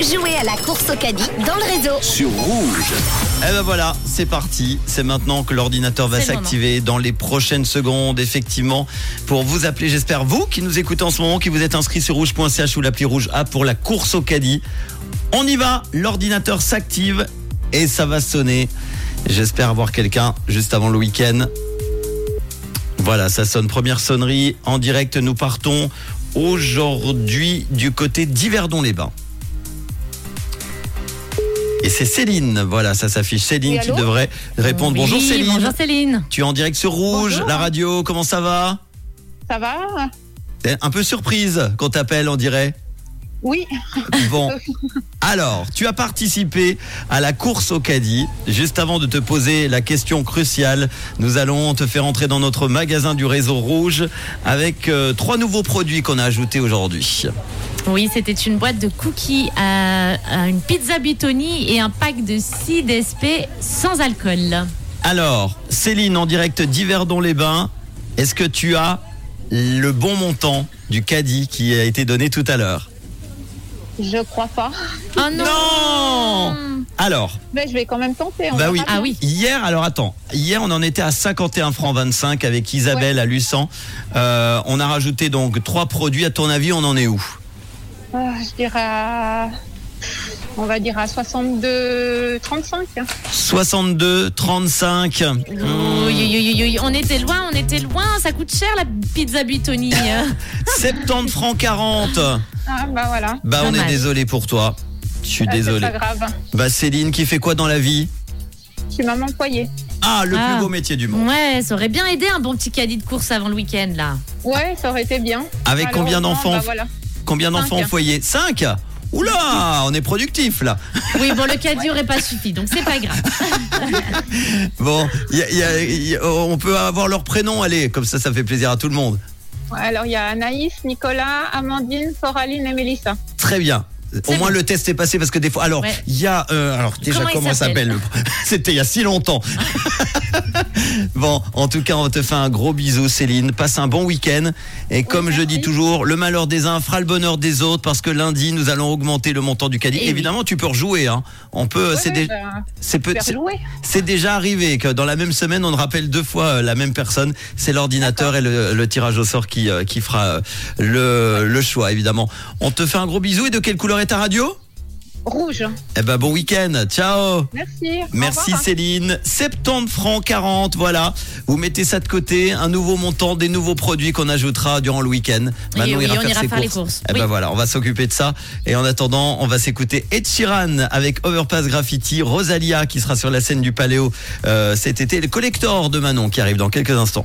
Jouez à la course au caddie dans le réseau. sur rouge. Eh ben voilà, c'est parti. C'est maintenant que l'ordinateur va C'est le moment. s'activer dans les prochaines secondes, effectivement, pour vous appeler. J'espère vous qui nous écoutez en ce moment, qui vous êtes inscrits sur rouge.ch ou l'appli rouge app pour la course au caddie. On y va, l'ordinateur s'active et ça va sonner. J'espère avoir quelqu'un juste avant le week-end. Voilà, ça sonne. Première sonnerie en direct. Nous partons aujourd'hui du côté d'Yverdon-les-Bains. Et c'est Céline, voilà, ça s'affiche. Céline Oui, qui allô devrait répondre. Oui, bonjour Céline. Bonjour Céline. Tu es en direct sur Rouge, Bonjour. la radio, comment ça va Ça va T'es Euh, un peu surprise quand t'appelles, on dirait. Oui. Bon. Alors, tu as participé à la course au caddie. Juste avant de te poser la question cruciale, nous allons te faire entrer dans notre magasin du réseau rouge avec euh, trois nouveaux produits qu'on a ajoutés aujourd'hui. Oui, c'était une boîte de cookies, à, à une pizza Buitoni et un pack de 6 DSP sans alcool. Alors, Céline, en direct d'Yverdon-les-Bains, est-ce que tu as le bon montant du caddie qui a été donné tout à l'heure Je crois pas. Oh non, Alors, Mais je vais quand même tenter. on Bah verra oui. bien. Ah oui. Hier, alors attends, hier on en était à 51 francs 25 avec Isabelle à Luçon. Euh, on a rajouté donc trois produits. À ton avis, on en est où Ah, je dirais à... On va dire à hein. 62, 35. 62, 35. Oui, oui, oui, oui, oui. On était loin, on était loin. Ça coûte cher la pizza Buitoni. 70 francs 40. Ah bah voilà. Bah on est Dommage. désolé pour toi. Je suis Ah, désolé. C'est pas grave. Bah Céline qui fait quoi dans la vie Je suis maman employée. Ah, le Ah. plus beau métier du monde. ouais, ça aurait bien aidé un bon petit caddie de course avant le week-end là. Ouais, ça aurait été bien. Avec combien Malheureusement, d'enfants bah voilà. Combien d'enfants Cinq. au foyer 5 Oula, on est productif là. Oui, bon le caddie aurait pas suffi, donc c'est pas grave. Bon, y a- y a- y a- on peut avoir leur prénom, allez, comme ça ça fait plaisir à tout le monde. Alors il y a Anaïs, Nicolas, Amandine, Coraline et Mélissa. Très bien. Au C'est moins bon. le test est passé parce que des fois. Alors, il Ouais. y a. euh, alors déjà Comment comment, il ça s'appelle s'appelle le- C'était il y a si longtemps. bon, en tout cas, on te fait un gros bisou, Céline. Passe un bon week-end. Et comme je dis merci. toujours, le malheur des uns fera le bonheur des autres parce que lundi nous allons augmenter le montant du caddie. Et oui. Évidemment, tu peux rejouer. Hein. On peut. Ouais, c'est dé- bah, c'est peu- faire c'est- jouer. c'est déjà arrivé que dans la même semaine, on ne rappelle deux fois euh, la même personne. C'est l'ordinateur et le, le tirage au sort qui, euh, qui fera euh, le, le choix, évidemment. On te fait un gros bisou. Et de quelle couleur est ta radio Rouge. Eh ben, bon week-end. Ciao Merci. Au Merci revoir. Céline. 70 francs 40, voilà. Vous mettez ça de côté, un nouveau montant, des nouveaux produits qu'on ajoutera durant le week-end. Et oui, on ira faire les courses. Eh ben Oui. voilà, on va s'occuper de ça. Et en attendant, on va s'écouter Ed Sheeran avec Overpass Graffiti, Rosalia qui sera sur la scène du Paléo euh, cet été, et le collector de Manon qui arrive dans quelques instants.